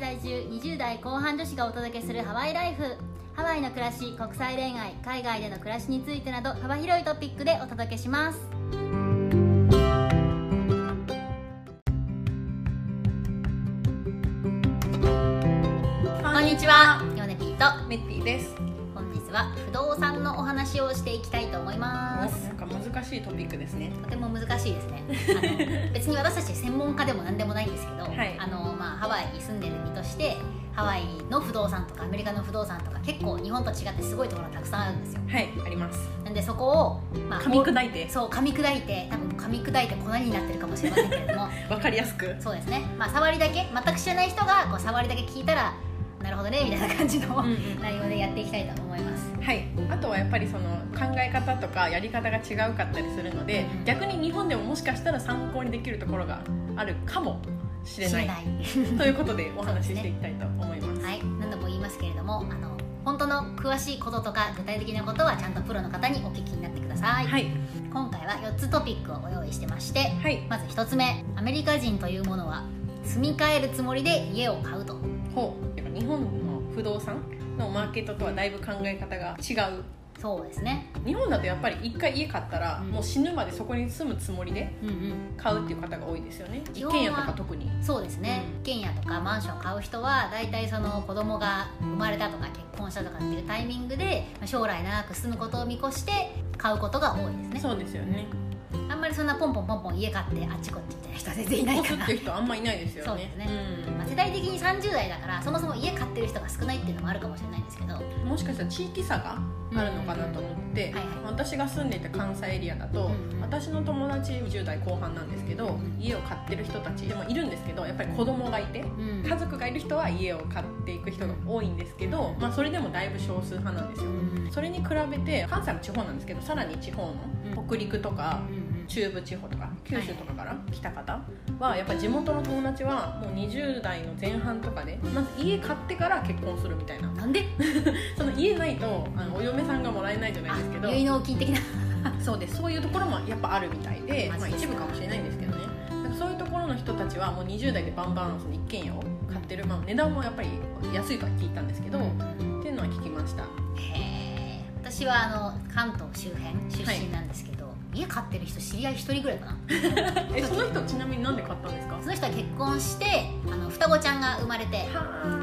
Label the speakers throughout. Speaker 1: 20代後半女子がお届けするハワイライフハワイの暮らし国際恋愛海外での暮らしについてなど幅広いトピックでお届けしますこんにちはヨネピーと
Speaker 2: メッティです
Speaker 1: 本日は不動産のお話をしていきたいと思いま
Speaker 2: な
Speaker 1: す
Speaker 2: んか難しいトピックですね
Speaker 1: とても難しいですね あの別に私たち専門家でも何でもないんですけど、
Speaker 2: はい
Speaker 1: あのまあ、ハワイに住んでる身としてハワイの不動産とかアメリカの不動産とか結構日本と違ってすごいところがたくさんあるんですよ
Speaker 2: はいあります
Speaker 1: なんでそこを、まあ、
Speaker 2: 噛み砕いて
Speaker 1: そう噛み砕いて多分噛み砕いて粉になってるかもしれませんけれ ども
Speaker 2: わかりやすく
Speaker 1: そうですね、まあ、触りだけ全く知らない人がこう触りだけ聞いたらなるほどねみたいな感じの、
Speaker 2: うんうん
Speaker 1: 内容でやっていきたいと思います
Speaker 2: はいあとはやっぱりその考え方とかやり方が違うかったりするので
Speaker 1: うん
Speaker 2: 逆に日本でももしかしたら参考にできるところがあるかもしれない
Speaker 1: 知らない
Speaker 2: ということでお話ししていきたいと思います
Speaker 1: はい、何度も言いますけれどもあの本当の詳しいこととか具体的なことはちゃんとプロの方にお聞きになってください、
Speaker 2: はい
Speaker 1: 今回は4つトピックをご用意してまして
Speaker 2: はい
Speaker 1: まず1つ目アメリカ人というものは住み替えるつもりで家を買うと
Speaker 2: ほうやっぱ日本の不動産のマーケットとはだいぶ考え方が違う
Speaker 1: そうですね
Speaker 2: 日本だとやっぱり一回家買ったら
Speaker 1: うん
Speaker 2: もう死ぬまでそこに住むつもりで
Speaker 1: うんうん
Speaker 2: 買うっていう方が多いですよね
Speaker 1: 基
Speaker 2: 一
Speaker 1: 本は
Speaker 2: 軒家とか特に
Speaker 1: そうですね一軒家とかマンションを買う人は大体その子供が生まれたとか結婚したとかっていうタイミングでまあ将来長く住むことを見越して買うことが多いですね
Speaker 2: そうですよね
Speaker 1: あんまりそんなポンポンポンポン家買ってあっちこっちみたいな人は全然いない
Speaker 2: 持つ
Speaker 1: か
Speaker 2: っ
Speaker 1: ら
Speaker 2: ていう人あんまいないですよね
Speaker 1: そうですねまあ、世代的に30代だからそもそも家買ってる人が少ないっていうのもあるかもしれないんですけどは
Speaker 2: うんもしかしたら地域差があるのかなと思って、
Speaker 1: うんはいはい
Speaker 2: 私が住んでいた関西エリアだと、
Speaker 1: うん
Speaker 2: 私の友達10代後半なんですけど、
Speaker 1: ん
Speaker 2: 家を買ってる人たちでもいるんですけどやっぱり子供がいて。
Speaker 1: うん
Speaker 2: 家族がいる人は家を買っていく人が多いんですけど、まあ、それでもだいぶ少数派なんですよそれに比べて関西も地方なんですけどさらに地方
Speaker 1: う
Speaker 2: の
Speaker 1: ん
Speaker 2: 北陸とか中部地方とか九州とかから来た方はやっぱ地元の友達はもう20代の前半とかでまず家買ってから結婚するみたいな
Speaker 1: なんで
Speaker 2: その家ないとあのお嫁さんがもらえないじゃないですけ
Speaker 1: あ結
Speaker 2: ど
Speaker 1: 納金的な
Speaker 2: そうですそういうところもやっぱあるみたいで、
Speaker 1: マ
Speaker 2: ま
Speaker 1: ジ
Speaker 2: あ、
Speaker 1: です
Speaker 2: 一
Speaker 1: か
Speaker 2: 部かもしれないんですけどねなんかそういうところの人たちはもう20代でバンバンその一軒家を買ってる、まあ、値段もやっぱり安いとは聞いたんですけど、っていうのは聞きました
Speaker 1: へー私はあの関東周辺出身なんですけど、家買ってる人知り合い一人ぐらいかな
Speaker 2: えその人ちなみになんで買ったんですか
Speaker 1: その人は結婚してあの双子ちゃんが生まれて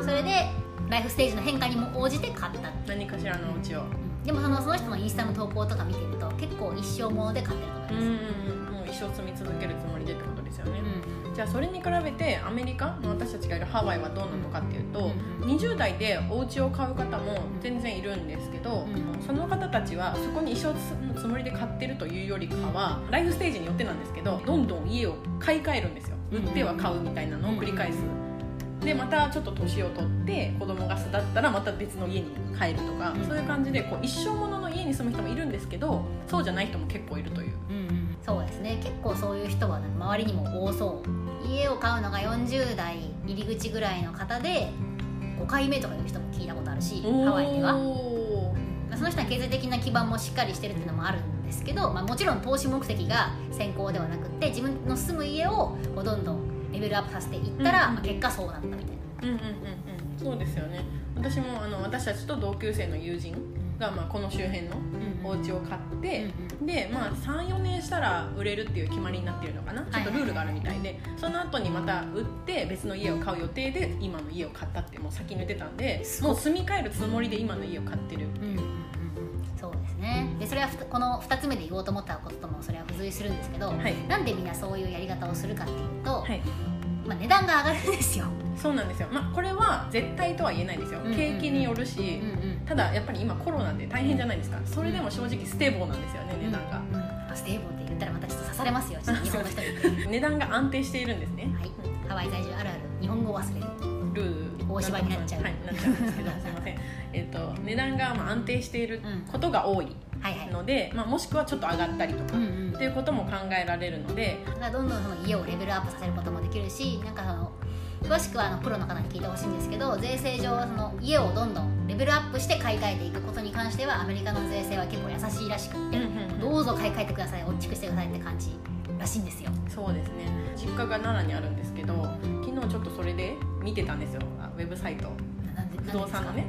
Speaker 1: それでライフステージの変化にも応じて買った
Speaker 2: 何かしらのお家を
Speaker 1: でもそのその人のインスタの投稿とか見てると結構一生もので買ってると思います、
Speaker 2: うんもう一生住み続けるつもりでってことですよね、
Speaker 1: うん
Speaker 2: じゃあそれに比べてアメリカの私たちがいるハワイはどうなのかっていうと、
Speaker 1: うん
Speaker 2: 20代でお家を買う方も全然いるんですけど、
Speaker 1: うん
Speaker 2: その方たちはそこに一生のつもりで買ってるというよりかはライフステージによってなんですけどどんどん家を買い替えるんですよ売っては買うみたいなのを繰り返す。でまたちょっと年を取って子供が巣立ったらまた別の家に帰るとか、
Speaker 1: うん
Speaker 2: そういう感じでこう一生ものの家に住む人もいるんですけどそうじゃない人も結構いるという
Speaker 1: そうですね結構そういう人はね周りにも多そう家を買うのが40代入り口ぐらいの方で5回目とかいう人も聞いたことあるしハワイでは、ま
Speaker 2: おー
Speaker 1: あ、その人は経済的な基盤もしっかりしてるっていうのもあるんですけど、まあ、もちろん投資目的が先行ではなくって自分の住む家をこうどんどんレベルアップさせていったら、
Speaker 2: うん
Speaker 1: まあ、結果そうなったみたいな
Speaker 2: うんうんうんうんそうですよね私もあの私たちと同級生の友人が、まあ、この周辺のお
Speaker 1: うん
Speaker 2: 家を買っ
Speaker 1: うん
Speaker 2: て、で、まあ、34年したら売れるっていう決まりになってるのかな、
Speaker 1: はい
Speaker 2: ちょっとルールがあるみたいでその後にまた売って別の家を買う予定で今の家を買ったってもう先に出てたんです
Speaker 1: ごい
Speaker 2: もう住み替えるつもりで今の家を買ってる
Speaker 1: うんうんうんそうですねでそれはふたこの2つ目で言おうと思ったことともそれは付随するんですけど、
Speaker 2: はい、
Speaker 1: なんでみんなそういうやり方をするかっていうと、
Speaker 2: はい、
Speaker 1: まあ、値段が上がるんですよ、
Speaker 2: そうなんですよ、まあ、これは絶対とは言えないですよ
Speaker 1: うんうん
Speaker 2: 景気によるし、
Speaker 1: ん
Speaker 2: ただやっぱり今コロナで大変じゃないですかそれでも正直ステーボーなんですよね値段が、
Speaker 1: ステーボーって言ったらまたちょっと刺されますよちょっと日本の人に、は
Speaker 2: 値段が安定しているんですね
Speaker 1: い、ハワイ在住あるある日本語を忘れる
Speaker 2: ルー
Speaker 1: 大芝になっちゃう
Speaker 2: はい、なっちゃうん ですけどすいません、えっと値段がまあ安定していることが多い
Speaker 1: はいはい、
Speaker 2: ので、まあ、もしくはちょっと上がったりとか、
Speaker 1: うん
Speaker 2: っ
Speaker 1: うん、だ
Speaker 2: ていうことも考えられるので
Speaker 1: からどんどんその家をレベルアップさせることもできるしなんかその詳しくはあのプロの方に聞いてほしいんですけど税制上その家をどんどんレベルアップして買い替えていくことに関してはアメリカの税制は結構優しいらしくって、どうぞ買い替えてください大きくしてくださいって感じらしいんですよ
Speaker 2: そうですね実家が奈良にあるんですけど昨日昨日ちょっとそれで見てたんですよあウェブサイトを
Speaker 1: なんで
Speaker 2: 不動産のね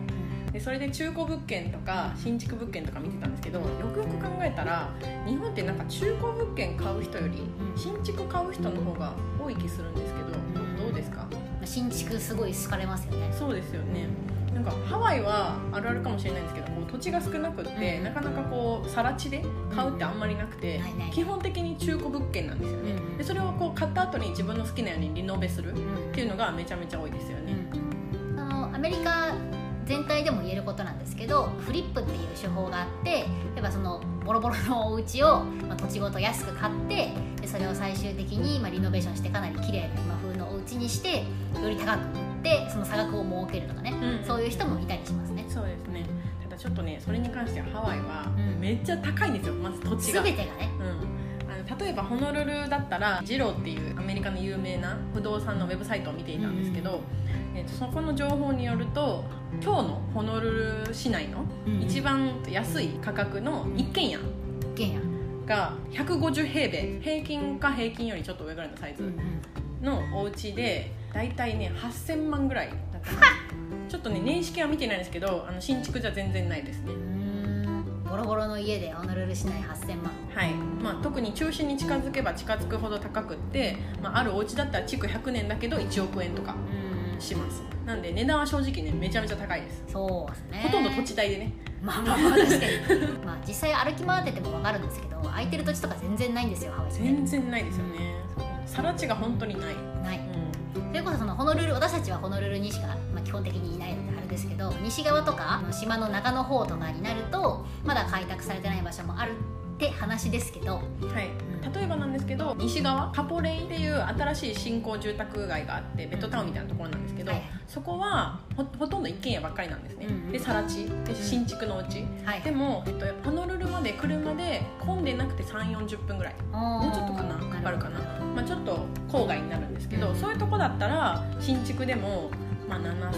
Speaker 2: でそれで中古物件とか新築物件とか見てたんですけどよくよく考えたら日本ってなんか中古物件買う人より新築買う人の方が多い気するんですけどどうですか
Speaker 1: なんですか新築すごい好かれますよね
Speaker 2: そうですよねなんかハワイはあるあるかもしれないんですけどこう土地が少なくって、
Speaker 1: うん
Speaker 2: なかなかこう更地で買うってあんまりなくて、
Speaker 1: ないない
Speaker 2: 基本的に中古物件なんですよね、
Speaker 1: うん
Speaker 2: でそれをこう買った後に自分の好きなようにリノベするっ
Speaker 1: うん
Speaker 2: ていうのがめちゃめちゃ多いですよね、
Speaker 1: うんあのアメリカ全体でも言えることなんですけどフリップっていう手法があって例えばそのボロボロのお家を、まあ、土地ごと安く買ってでそれを最終的に、まあ、リノベーションしてかなり綺麗な今風のお家にしてより高く売ってその差額を設けるとかね、
Speaker 2: うん
Speaker 1: そういう人もいたりしますね
Speaker 2: そうですねただちょっとねそれに関してはハワイは
Speaker 1: うん
Speaker 2: めっちゃ高いんですよまず土地
Speaker 1: 全
Speaker 2: が、うん、
Speaker 1: てがね
Speaker 2: あの例えばホノルルだったらジローっていうアメリカの有名な不動産のウェブサイトを見ていたんですけど、えっとそこの情報によると今日のホノルル市内の一番安い価格の一軒家
Speaker 1: 一軒家、
Speaker 2: が150平米平均か平均よりちょっと上ぐらいのサイズのお家で大体ね8000万ぐらいだったかなちょっとね年式は見てないんですけどあの新築じゃ全然ないですね
Speaker 1: うんボロボロの家でホノルル市内8000万
Speaker 2: はいまあ、特に中心に近づけば近づくほど高くって、まあ、あるお家だったら築100年だけど1億円とかしますなんで値段は正直ねめちゃめちゃ高いです
Speaker 1: そうですね
Speaker 2: ほとんど土地代でね
Speaker 1: まあまあまあ確かに まあ実際歩き回ってても分かるんですけど空いてる土地とか全然ないんですよハワイって
Speaker 2: 全然ないですよね更地が本当にない、
Speaker 1: ない
Speaker 2: うん
Speaker 1: それこそそのホノルル私たちはホノルルにしか、まあ、基本的にいないのであれですけど西側とかあの島の中の方とかになるとまだ開拓されてない場所もあるって話ですけど
Speaker 2: はい、例えばなんですけど西側カポレイっていう新しい新興住宅街があってベッドタウンみたいなところなんですけど、
Speaker 1: はい
Speaker 2: そこはほほとんど一軒家ばっかりなんですね、
Speaker 1: うん
Speaker 2: で更地で新築のお家、
Speaker 1: はい
Speaker 2: でも、えっと、ホノルルまで車で混んでなくて3 4 0分ぐらい、
Speaker 1: も
Speaker 2: もうちょっとかなかかるかなまあ、ちょっと郊外になるんですけど、
Speaker 1: うん
Speaker 2: そういうとこだったら新築でも、まあ、7000万、まあ、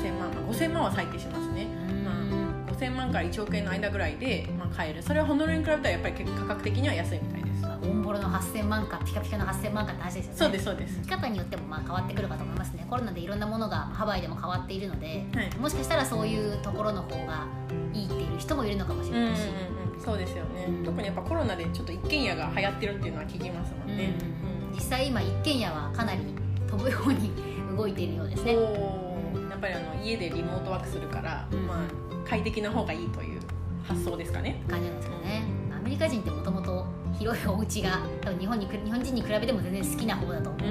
Speaker 2: 5000万は最低しますね
Speaker 1: うん
Speaker 2: 5000万から1億円の間ぐらいで、まあ、買えるそれはホノルルに比べたらやっぱり結構価格的には安いみたいです
Speaker 1: まあオンボロの8000万かピカピカの8000万かって話ですよね
Speaker 2: そうですそうです
Speaker 1: 生き方によってもまあ変わってくるかと思いますねコロナでいろんなものがハワイでも変わっているので
Speaker 2: はい
Speaker 1: もしかしたらそういうところの方がいいっていう人もいるのかもし
Speaker 2: うん
Speaker 1: れ
Speaker 2: うん
Speaker 1: ないし、
Speaker 2: うんそうですよね特にやっぱコロナでちょっと一軒家が流行ってるっていうのは聞きますもんね、うん
Speaker 1: 実際今一軒家はかなり飛ぶように動いているようですね
Speaker 2: そうやっぱりあの家でリモートワークするから、
Speaker 1: うん
Speaker 2: まあ、快適な方がいいという発想ですかね
Speaker 1: 感じなんですけどねアメリカ人ってもともと広いお家が多分日本にく日本人に比べても全然好きな方だと思うか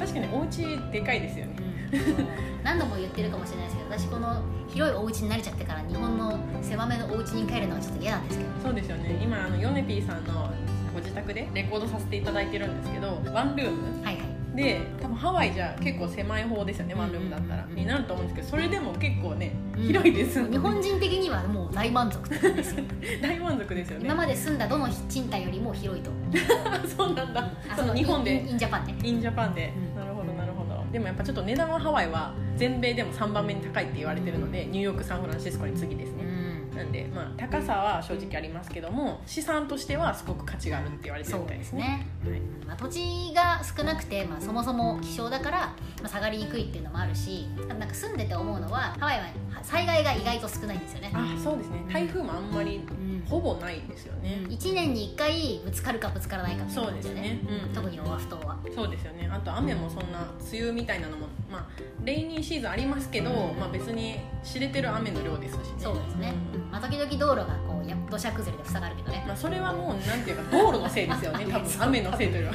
Speaker 1: ら、
Speaker 2: 確かにお家でかいですよね
Speaker 1: うんもう何度も言ってるかもしれないですけど私この広いお家に慣れちゃってから日本の狭めのお家に帰るのはちょっと嫌なんですけど
Speaker 2: そうですよね今あのヨネピーさんのご自宅でレコードさせていただいてるんですけどワンルーム
Speaker 1: はいはい
Speaker 2: で多分ハワイじゃ結構狭い方ですよねワンルームだったら、
Speaker 1: うんうんうん
Speaker 2: になると思うんですけどそれでも結構ね
Speaker 1: うん
Speaker 2: 広いです、
Speaker 1: 日本人的にはもう大満足って感じですよ
Speaker 2: 大満足ですよね
Speaker 1: 今まで住んだどの賃貸よりも広いと
Speaker 2: そうなんだ
Speaker 1: あ
Speaker 2: その日本
Speaker 1: イン
Speaker 2: で
Speaker 1: インジャパンね
Speaker 2: インジャパンで、
Speaker 1: うん
Speaker 2: なるほどなるほどでもやっぱちょっと値段はハワイは全米でも3番目に高いって言われてるのでニューヨークサンフランシスコに次です
Speaker 1: う
Speaker 2: ね、
Speaker 1: ん
Speaker 2: なんでまあ高さは正直ありますけども資産としてはすごく価値があるって言われてる
Speaker 1: そ
Speaker 2: み
Speaker 1: う
Speaker 2: たいで
Speaker 1: ですす
Speaker 2: ね
Speaker 1: ねまあ、土地が少なくて、まあ、そもそも希少だから、まあ、下がりにくいっていうのもあるしなんか住んでて思うのはハワイは災害が意外と少ないんですよね、
Speaker 2: はいあそうですね台風もあんまり
Speaker 1: うん
Speaker 2: ほぼないんですよね、
Speaker 1: 1年に1回ぶつかるかぶつからないかってい
Speaker 2: そう
Speaker 1: 感
Speaker 2: で
Speaker 1: じ
Speaker 2: す
Speaker 1: で
Speaker 2: ね、うん、
Speaker 1: 特にオアフ島は
Speaker 2: そうですよねあと雨もそんな梅雨みたいなのもまあレイニーシーズンありますけど、まあ、別に知れてる雨の量ですしね
Speaker 1: そうですね、
Speaker 2: うん
Speaker 1: まあ、時々道路がこうや土砂崩れで塞がるけどね
Speaker 2: まあ、それはもうなんていうか道路のせいです よね多分雨のせいというよ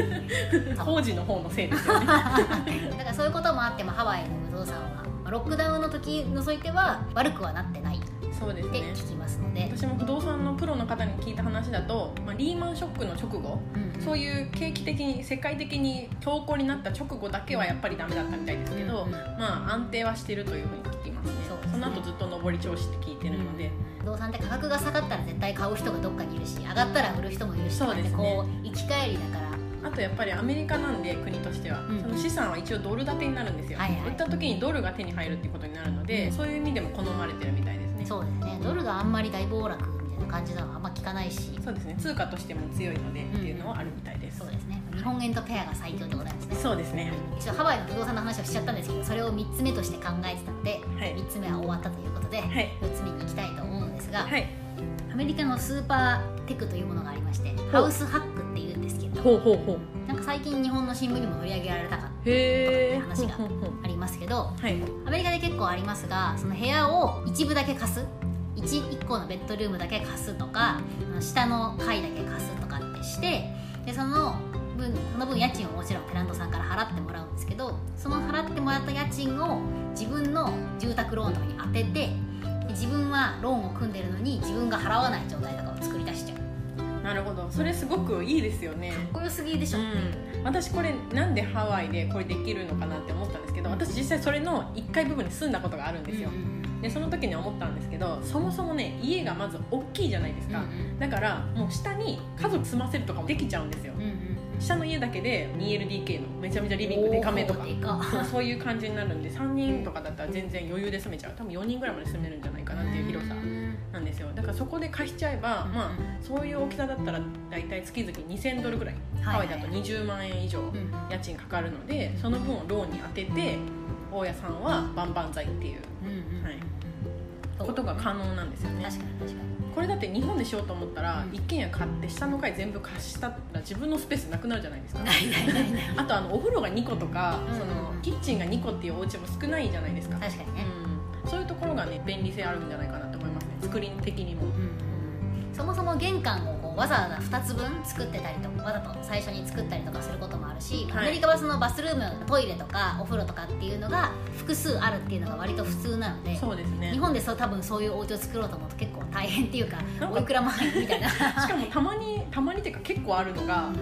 Speaker 2: りは 工事の方のせいですよね
Speaker 1: だからそういうこともあって、まあ、ハワイの不動産は、まあロックダウンの時除いては悪くはなってないって
Speaker 2: そうですね
Speaker 1: 聞きますので、
Speaker 2: 私も不動産のプロの方に聞いた話だと、まあ、リーマンショックの直後
Speaker 1: うん
Speaker 2: そういう景気的に世界的に強行になった直後だけはやっぱりダメだったみたいですけど、
Speaker 1: うん
Speaker 2: まあ安定はしてるというふうに聞きますね
Speaker 1: そ
Speaker 2: そう
Speaker 1: ですね
Speaker 2: の後ずっと上り調子って聞いてるので、
Speaker 1: 不動産って価格が下がったら絶対買う人がどっかにいるし上がったら売る人もいるし
Speaker 2: そうですね
Speaker 1: こう行き帰りだから
Speaker 2: あとやっぱりアメリカなんで国としては、
Speaker 1: うん
Speaker 2: その資産は一応ドル建てになるんですよ、
Speaker 1: はいは
Speaker 2: 売
Speaker 1: い
Speaker 2: った時にドルが手に入るってことになるので、
Speaker 1: うん
Speaker 2: そういう意味でも好まれてるみたいですね
Speaker 1: そうですねドルがあんまり大暴落みたいな感じなのはあんま聞かないし
Speaker 2: そうですね通貨としても強いのでっていうのはあるみたいです、
Speaker 1: そうですね日本円とペアが最強ってことなんですね
Speaker 2: そうですね
Speaker 1: 一応ハワイの不動産の話をしちゃったんですけどそれを3つ目として考えてたんで
Speaker 2: はい
Speaker 1: 3つ目は終わったということで
Speaker 2: はい
Speaker 1: 4つ目に行きたいと思うんですが
Speaker 2: はい
Speaker 1: アメリカのスーパーテクというものがありましてハウスハックっていうんですけど
Speaker 2: ほうほうほう
Speaker 1: なんか最近日本の新聞にも取り上げられたか
Speaker 2: へえ
Speaker 1: 話がありますけど
Speaker 2: はい
Speaker 1: アメリカで結構ありますがその部屋を一部だけ貸す 1, 1個のベッドルームだけ貸すとかあの下の階だけ貸すとかってしてでその分その分家賃をもちろんテナントさんから払ってもらうんですけどその払ってもらった家賃を自分の住宅ローンとかに当ててで自分はローンを組んでるのに自分が払わない状態とかを作り出しちゃうか
Speaker 2: なるほどそれすごくいいですよね
Speaker 1: っこよすぎでし
Speaker 2: う
Speaker 1: ょ、
Speaker 2: ん、私これなんでハワイでこれできるのかなって思ったんですけど私実際それの1階部分に住んだことがあるんですよ、でその時に思ったんですけどそもそもね家がまず大きいじゃないです
Speaker 1: うんう
Speaker 2: か、
Speaker 1: ん
Speaker 2: だからもう下に家族住ませるとかもできちゃうんですよ
Speaker 1: うんうんうん
Speaker 2: 下の家だけで 2LDK のめちゃめちゃリビングでかめとか
Speaker 1: おーでか
Speaker 2: そうそういう感じになるんで3人とかだったら全然余裕で住めちゃう多分4人ぐらいまで住めるんじゃないかなっていう広さなんですよだからそこで貸しちゃえばまあそういう大きさだったら大体月々2000ドルぐらいハワイだと20万円以上
Speaker 1: うんうん
Speaker 2: 家賃かかるのでその分をローンに当てて大家さんは万々歳っていう
Speaker 1: うんうん
Speaker 2: はいことが可能なんですよね
Speaker 1: 確かに確かに
Speaker 2: これだって日本でしようと思ったら、
Speaker 1: うん
Speaker 2: 一軒家買って下の階全部貸したら自分のスペースなくなるじゃないですか
Speaker 1: ないないないない
Speaker 2: あとあのお風呂が2個とか、
Speaker 1: うん
Speaker 2: そのキッチンが2個っていうお家も少ないじゃないですか、
Speaker 1: 確かにね、
Speaker 2: うん、そういうところがね便利性あるんじゃないかなと思いますね作り的にも
Speaker 1: そもそも玄関をこうわざわざ2つ分作ってたりとかわざと最初に作ったりとかすることもあるし、
Speaker 2: はい
Speaker 1: アメリカはそのバスルームトイレとかお風呂とかっていうのが複数あるっていうのが割と普通なので
Speaker 2: そうですね
Speaker 1: 日本でそう多分そういうお家を作ろうと思うと結構大変っていうか
Speaker 2: なんか
Speaker 1: おいくらも入るみたいな
Speaker 2: しかもたまにたまにっていうか結構あるのがあの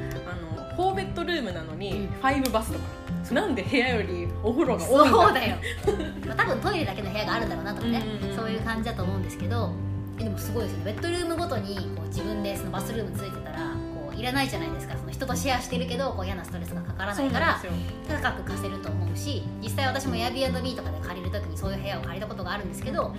Speaker 2: 4ベッドルームなのに5バスとかなんで部屋よりお風呂が多いんだ
Speaker 1: そうだよ、まあ、多分トイレだけの部屋があるんだろうなとかね、
Speaker 2: うんうんうん
Speaker 1: そういう感じだと思うんですけどえでもすごいですよねベッドルームごとにこう自分でそのバスルームついてたらこういらないじゃないですかその人とシェアしてるけどこう嫌なストレスがかからな
Speaker 2: そ
Speaker 1: いうか
Speaker 2: なん
Speaker 1: ら
Speaker 2: ですよ
Speaker 1: 高く貸せると思うし実際私も Airbnb とかで借りる時にそういう部屋を借りたことがあるんですけど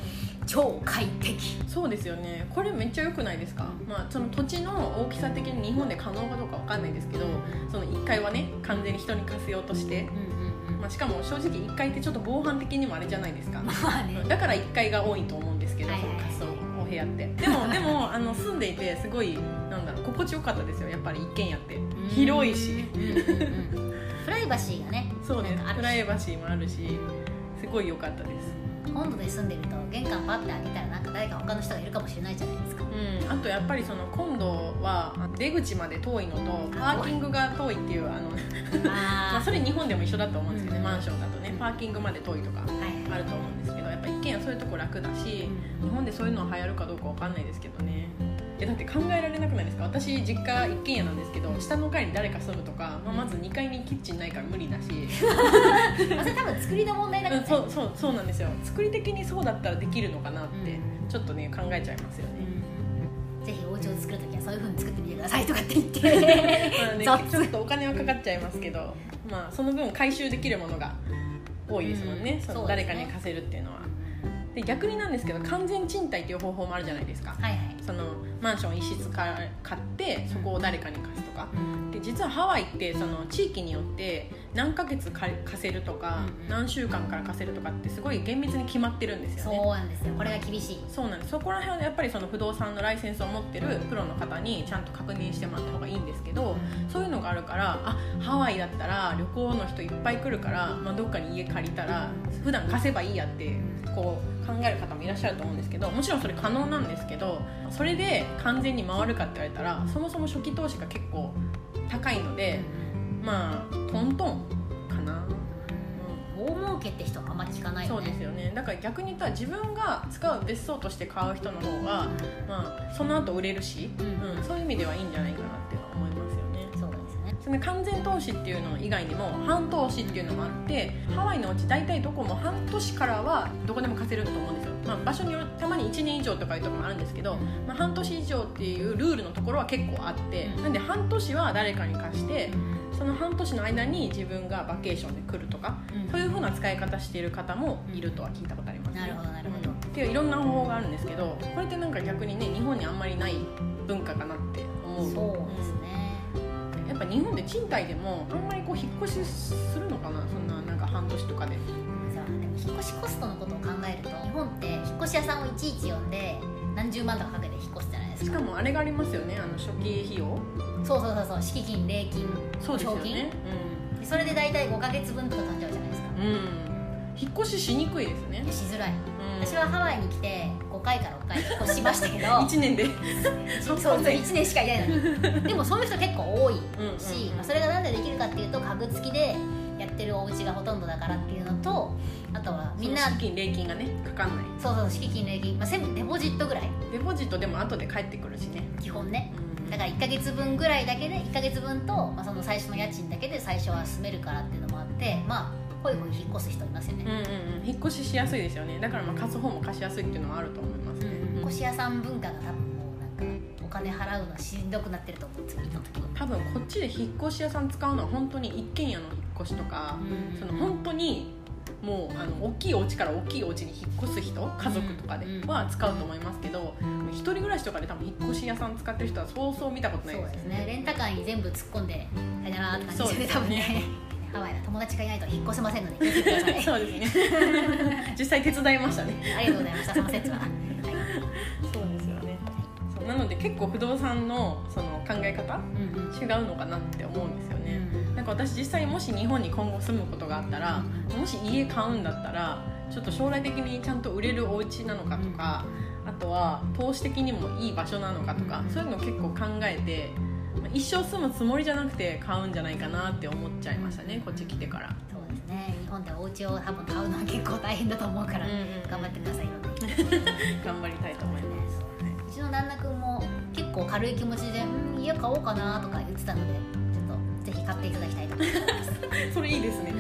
Speaker 1: 超快適
Speaker 2: そうですよねこれめっちゃ良くないですか、まあ、その土地の大きさ的に日本で可能かどうかわかんないですけどその1階はね完全に人に貸せようとして、
Speaker 1: うんうんうん
Speaker 2: まあ、しかも正直1階ってちょっと防犯的にもあれじゃないですか
Speaker 1: まあね
Speaker 2: だから1階が多いと思うんですけど
Speaker 1: はい
Speaker 2: その貸すお部屋ってでもで もあの住んでいてすごいなんだろう心地よかったですよやっぱり一軒家って広いし
Speaker 1: うんうんうんうんプライバシーがね
Speaker 2: そうです
Speaker 1: なんかある
Speaker 2: プ
Speaker 1: し
Speaker 2: ライバシーもあるしすごい良かったです
Speaker 1: 本土で住んでると玄関パッて開けたらなんか誰か他の人がいるかもしれないじゃないですか
Speaker 2: うん、あとやっぱりその今度はあ出口まで遠いのとパーキングが遠いっていうあの、まあ、
Speaker 1: あ
Speaker 2: それ日本でも一緒だと思うんですけどね、
Speaker 1: うん
Speaker 2: マンションだとねパーキングまで遠いとか
Speaker 1: ー
Speaker 2: あ
Speaker 1: はい
Speaker 2: ると思うんですけどやっぱ一軒家そういうとこ楽だし日本でそういうのは流行るかどうかわかんないですけどねえだって考えられなくないですか私実家一軒家なんですけど下の階に誰か住むとか、まあ、まず2階にキッチンないから無理だし、
Speaker 1: まあそれ多分作りの問題だか
Speaker 2: うん、
Speaker 1: らね
Speaker 2: そうそうそうなんですよ作り的にそうだったらできるのかなっ
Speaker 1: う
Speaker 2: て
Speaker 1: ん
Speaker 2: ちょっとね考えちゃいますよ ね、
Speaker 1: ぜひお家を作るときはそういうふうに作ってみてくださいとかって言って
Speaker 2: まあね、
Speaker 1: 雑
Speaker 2: ちょっとお金はかかっちゃいますけど、まあ、その分回収できるものが多いですもんね、
Speaker 1: うん
Speaker 2: そ
Speaker 1: そ
Speaker 2: の
Speaker 1: うで
Speaker 2: 誰
Speaker 1: すね
Speaker 2: かに貸せるっていうのはで逆になんですけど完全賃貸っていう方法もあるじゃないですか
Speaker 1: はいはい
Speaker 2: そのマンション一室か買ってそこを誰かに貸すとか
Speaker 1: うん
Speaker 2: で実はハワイってその地域によって何ヶ月か貸せるとか
Speaker 1: うん
Speaker 2: 何週間から貸せるとかってすごい厳密に決まってるんですよね
Speaker 1: そうなんですよこれが厳しい
Speaker 2: そうなんですそこら辺はやっぱりその不動産のライセンスを持ってるプロの方にちゃんと確認してもらった方がいいんですけどそういうのがあるからあハワイだったら旅行の人いっぱい来るから、まあ、どっかに家借りたら普段貸せばいいやってこう考える方もいらっしゃると思うんですけどもちろんそれ可能なんですけどそれで完全に回るかって言われたらそもそも初期投資が結構高いのでまあトントンかな。
Speaker 1: 大儲けって人はあんま聞かない
Speaker 2: そ
Speaker 1: よ
Speaker 2: うで
Speaker 1: ね
Speaker 2: すよねだから逆に言ったら自分が使う別荘として買う人の方が、まあ、その後売れるし、
Speaker 1: うん
Speaker 2: うん、そういう意味ではいいんじゃないかなって思いますよね
Speaker 1: そうですね
Speaker 2: その完全投資っていうの以外にも半投資っていうのもあってハワイのうち大体どこも半年からはどこでも貸せると思うんですよ、まあ、場所によるたまに1年以上とかいうとこもあるんですけど、まあ、半年以上っていうルールのところは結構あってなんで半年は誰かに貸してその半年の間に自分がバケーションで来るとかそういうふうな使い方している方もいるとは聞いたことありますね、
Speaker 1: なるほどなるほど
Speaker 2: うんっていういろんな方法があるんですけどこれってなんか逆にね日本にあんまりない文化かなって思う
Speaker 1: そうですね
Speaker 2: やっっぱ日本で賃貸でもあんまりこう引っ越しするのかなそんななんか半年とかで
Speaker 1: じゃあでも引っ越しコストのことを考えると日本って引っ越し屋さんをいちいち呼んで何十万とかかけて引っ越すじゃないです
Speaker 2: し
Speaker 1: か
Speaker 2: かもあれがありますよねあの初期費用
Speaker 1: そうそうそうそう敷金礼金
Speaker 2: そうですよね
Speaker 1: でそれで大体5ヶ月分とか誕生じゃないですか
Speaker 2: うん、うん、引っ越ししにくいですね
Speaker 1: いや、しづらい
Speaker 2: うん、
Speaker 1: 私はハワイに来て5回から6回引っ越し ましたけど
Speaker 2: 1年で
Speaker 1: そうそう1年しかいない のにでもそういう人結構多い
Speaker 2: うんうん
Speaker 1: し、まあそれがなんでできるかっていうと家具付きでやってるお家がほとんどだからっていうのとあとはみんな
Speaker 2: その資金礼金がねかかんない
Speaker 1: そうそう敷金礼金、まあ、全部デポジットぐらい
Speaker 2: デポジットでも後で返ってくるしね
Speaker 1: 基本ね
Speaker 2: うん
Speaker 1: だから1ヶ月分ぐらいだけで1ヶ月分と、まあ、その最初の家賃だけで最初は住めるからっていうのもあってまあほいほい引っ越す人いますよ
Speaker 2: う
Speaker 1: ね、
Speaker 2: んうんうん引っ越ししやすいですよねだからまあ貸す方も貸しやすいっていうのはあると思いますね、
Speaker 1: 引っ越し屋さん文化が多分もうなんかお金払うのしんどくなってると思う次の時
Speaker 2: 多分こっちで引っ越し屋さん使うのは本当に一軒家の引っ越しとか、その本当にもうあの大きいお家から大きいお家に引っ越す人家族とかで
Speaker 1: うん
Speaker 2: は使うと思いますけど一人暮らしとかで多分引っ越し屋さん使ってる人はそうそう見たことない
Speaker 1: そう
Speaker 2: です
Speaker 1: で
Speaker 2: よ
Speaker 1: すねレンタカーに全部突っ込んでさよならって感じですよね
Speaker 2: そ
Speaker 1: 多
Speaker 2: うですね
Speaker 1: 分ね ハワイの友達がいないと引っ越せませんので 気をつけてくださ い
Speaker 2: そうですね 実際手伝いましたね
Speaker 1: ありがとうございましたその説は、はい、
Speaker 2: そうですよねなので結構不動産のその考え方
Speaker 1: うんうん
Speaker 2: 違うのかなって思うんですよね、なんか私実際もし日本に今後住むことがあったらもし家買うんだったらちょっと将来的にちゃんと売れるお家なのかとか、あとは投資的にもいい場所なのかとか、
Speaker 1: うん
Speaker 2: そういうの結構考えてまあ一生住むつもりじゃなくて買うんじゃないかなって思っちゃいましたねこっち来てから、
Speaker 1: そうですね日本でお家を多分買うのは結構大変だと思うから、頑張ってくださいいろんな意見
Speaker 2: 頑張りたいと思います、
Speaker 1: うちの旦那君も結構軽い気持ちでうん家買おうかなとか言ってたのでちょっとぜひ買っていただきたいと思います
Speaker 2: それいいですね、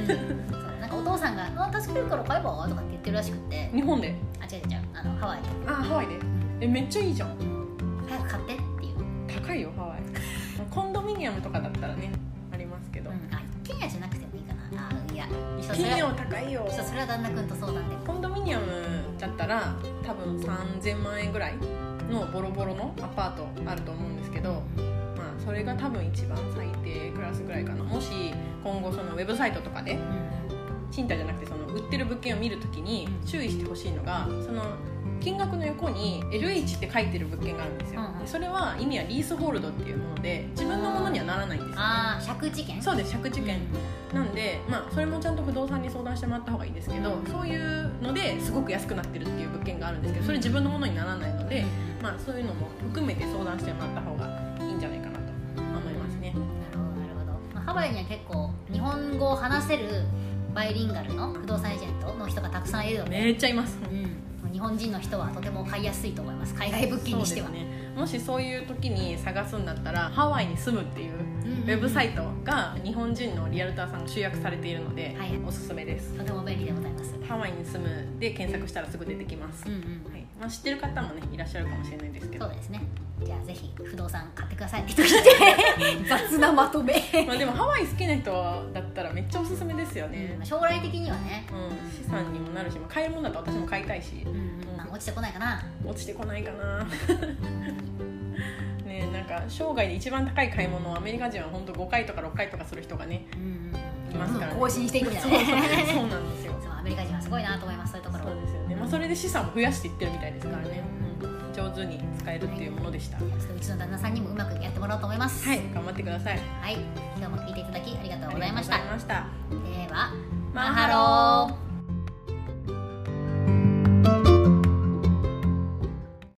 Speaker 1: そうなんかお父さんが「あ助けるから買えば?」とかって言ってるらしくて
Speaker 2: 日本で
Speaker 1: あ違う違う違うあのハワイで
Speaker 2: あハワイでえめっちゃいいじゃん
Speaker 1: 「早く買って」っていう、うん、
Speaker 2: 高いよハワイコンドミニアムとかだったらねありますけど、
Speaker 1: あ一軒家じゃなくてもいいかなあいや
Speaker 2: 一
Speaker 1: そうそ
Speaker 2: 軒
Speaker 1: れ
Speaker 2: 家
Speaker 1: は
Speaker 2: は高いよ
Speaker 1: そうそれは旦那君と相談で
Speaker 2: コンドミニアムだったら多分3000万円ぐらいのボロボロのアパートあると思うんですけど、まあ、それが多分一番最低クラスぐらいかなもし今後そのウェブサイトとかで賃貸じゃなくてその売ってる物件を見るときに注意してほしいのがその金額の横に LH って書いてる物件があるんですよ、
Speaker 1: うんうん
Speaker 2: でそれは意味はリースホールドっていうもので自分のものにはならないんですよ
Speaker 1: ああ100事件
Speaker 2: そうです借地権なんで、まあ、それもちゃんと不動産に相談してもらった方がいいですけど、
Speaker 1: うん
Speaker 2: そういうのですごく安くなってるっていう物件があるんですけどそれ自分のものにならないので、まあ、そういうのも含めて相談してもらった方がいいんじゃないかなと思いますね。
Speaker 1: なるほどなるほど、まあ、ハワイには結構日本語を話せるバイリンガルの不動産エージェントの人がたくさんいるので、
Speaker 2: めっちゃいます
Speaker 1: うん日本人の人はとても買いやすいと思います海外物件にしては、
Speaker 2: そうですね、もしそういう時に探すんだったらハワイに住むっていう
Speaker 1: うんうん
Speaker 2: ウェブサイトが日本人のリアルターさんが集約されているので、
Speaker 1: はい
Speaker 2: おすすめです
Speaker 1: とても便利でございます、
Speaker 2: ハワイに住むで検索したらすぐ出てきます、
Speaker 1: うんうん
Speaker 2: はいまあ、知ってる方もねいらっしゃるかもしれないですけど
Speaker 1: そうですねじゃあぜひ不動産買ってください 雑なまとめ、
Speaker 2: まあでもハワイ好きな人だったらめっちゃおすすめですよ
Speaker 1: う
Speaker 2: ね
Speaker 1: ん、将来的にはね、
Speaker 2: うん、資産にもなるしまあ買えるもんだと私も買いたいし
Speaker 1: うんうんまあ、落ちてこないかな
Speaker 2: 落ちてこないかな ねえなんか生涯で一番高い買い物をアメリカ人は本当5回とか6回とかする人がね
Speaker 1: うん
Speaker 2: いますからね
Speaker 1: 更新していくみた
Speaker 2: そう
Speaker 1: い
Speaker 2: そうそう
Speaker 1: なね
Speaker 2: なんですよ
Speaker 1: そうアメリカ人はすごいなと思いますそういうとこ
Speaker 2: そ
Speaker 1: ろ
Speaker 2: うですよね、まあ、それで資産を増やしていってるみたいですからね、うん、上手に使えるっていうものでしたは
Speaker 1: ちょっとうちの旦那さんにもうまくやってもらおうと思います
Speaker 2: い頑張ってください
Speaker 1: はい、今日も聞いていただきありがとうございまし
Speaker 2: あ
Speaker 1: た
Speaker 2: りがとうございました
Speaker 1: では
Speaker 2: マ
Speaker 1: マ
Speaker 2: ハ
Speaker 1: ハ
Speaker 2: ロ
Speaker 1: ロ
Speaker 2: ー
Speaker 1: ー